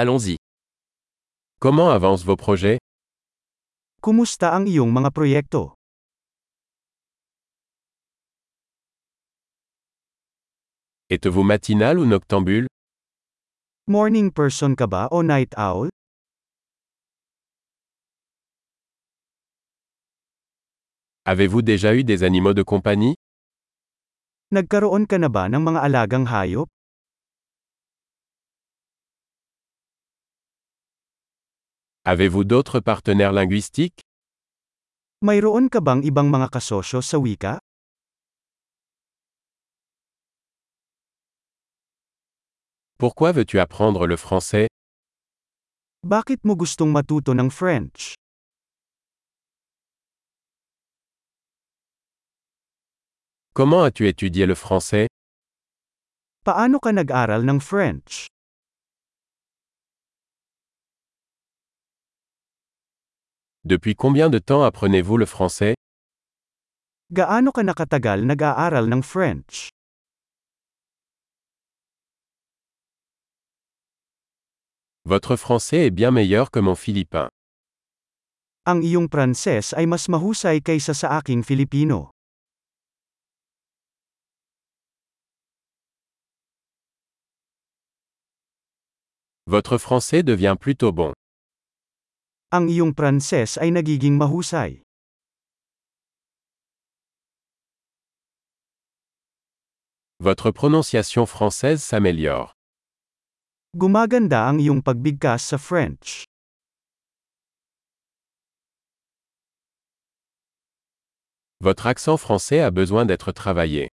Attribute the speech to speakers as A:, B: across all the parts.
A: Allons-y. Comment avancent vos projets
B: Kumusta ang iyong mga proyekto?
A: Êtes-vous matinal ou noctambule
B: Morning person ka ba o night owl?
A: Avez-vous déjà eu des animaux de compagnie
B: Nagkaroon ka na ba ng mga alagang hayop?
A: Avez-vous d'autres partenaires linguistiques
B: Mayroon ka bang ibang mga kasosyo sa wika?
A: Pourquoi veux-tu apprendre le français
B: Bakit mo gustong matuto ng French?
A: Comment as-tu étudié le français
B: Paano ka nag-aral ng French?
A: Depuis combien de temps apprenez-vous le français
B: Gaano ka nakatagal nag-aaral ng French?
A: Votre français est bien meilleur que mon philippin.
B: Ang iyong Pranses ay mas mahusay kaysa sa aking Filipino.
A: Votre français devient plutôt bon.
B: Ang iyong Pranses ay nagiging mahusay.
A: Votre prononciation française s'améliore.
B: Gumaganda ang iyong pagbigkas sa French.
A: Votre accent français a besoin d'être travaillé.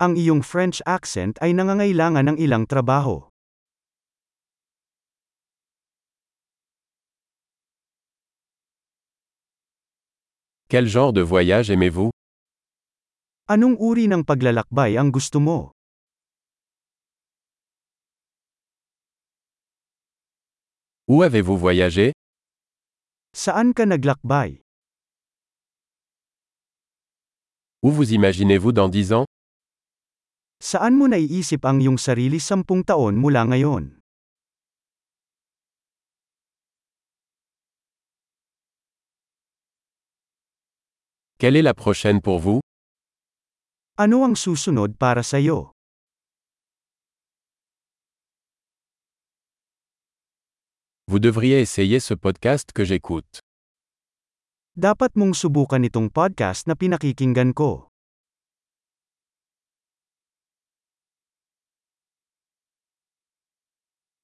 B: Ang iyong French accent ay nangangailangan ng ilang trabaho.
A: Quel genre de voyage aimez-vous
B: Anong uri ng paglalakbay ang gusto mo?
A: Où avez-vous voyagé
B: Saan ka naglakbay?
A: Où vous imaginez-vous dans 10 ans
B: Saan mo naiisip ang iyong sarili sampung taon mula ngayon?
A: Quelle est la prochaine pour vous
B: Ano ang susunod para sa iyo?
A: Vous devriez essayer ce podcast que j'écoute.
B: Dapat mong subukan itong podcast na pinakikinggan ko.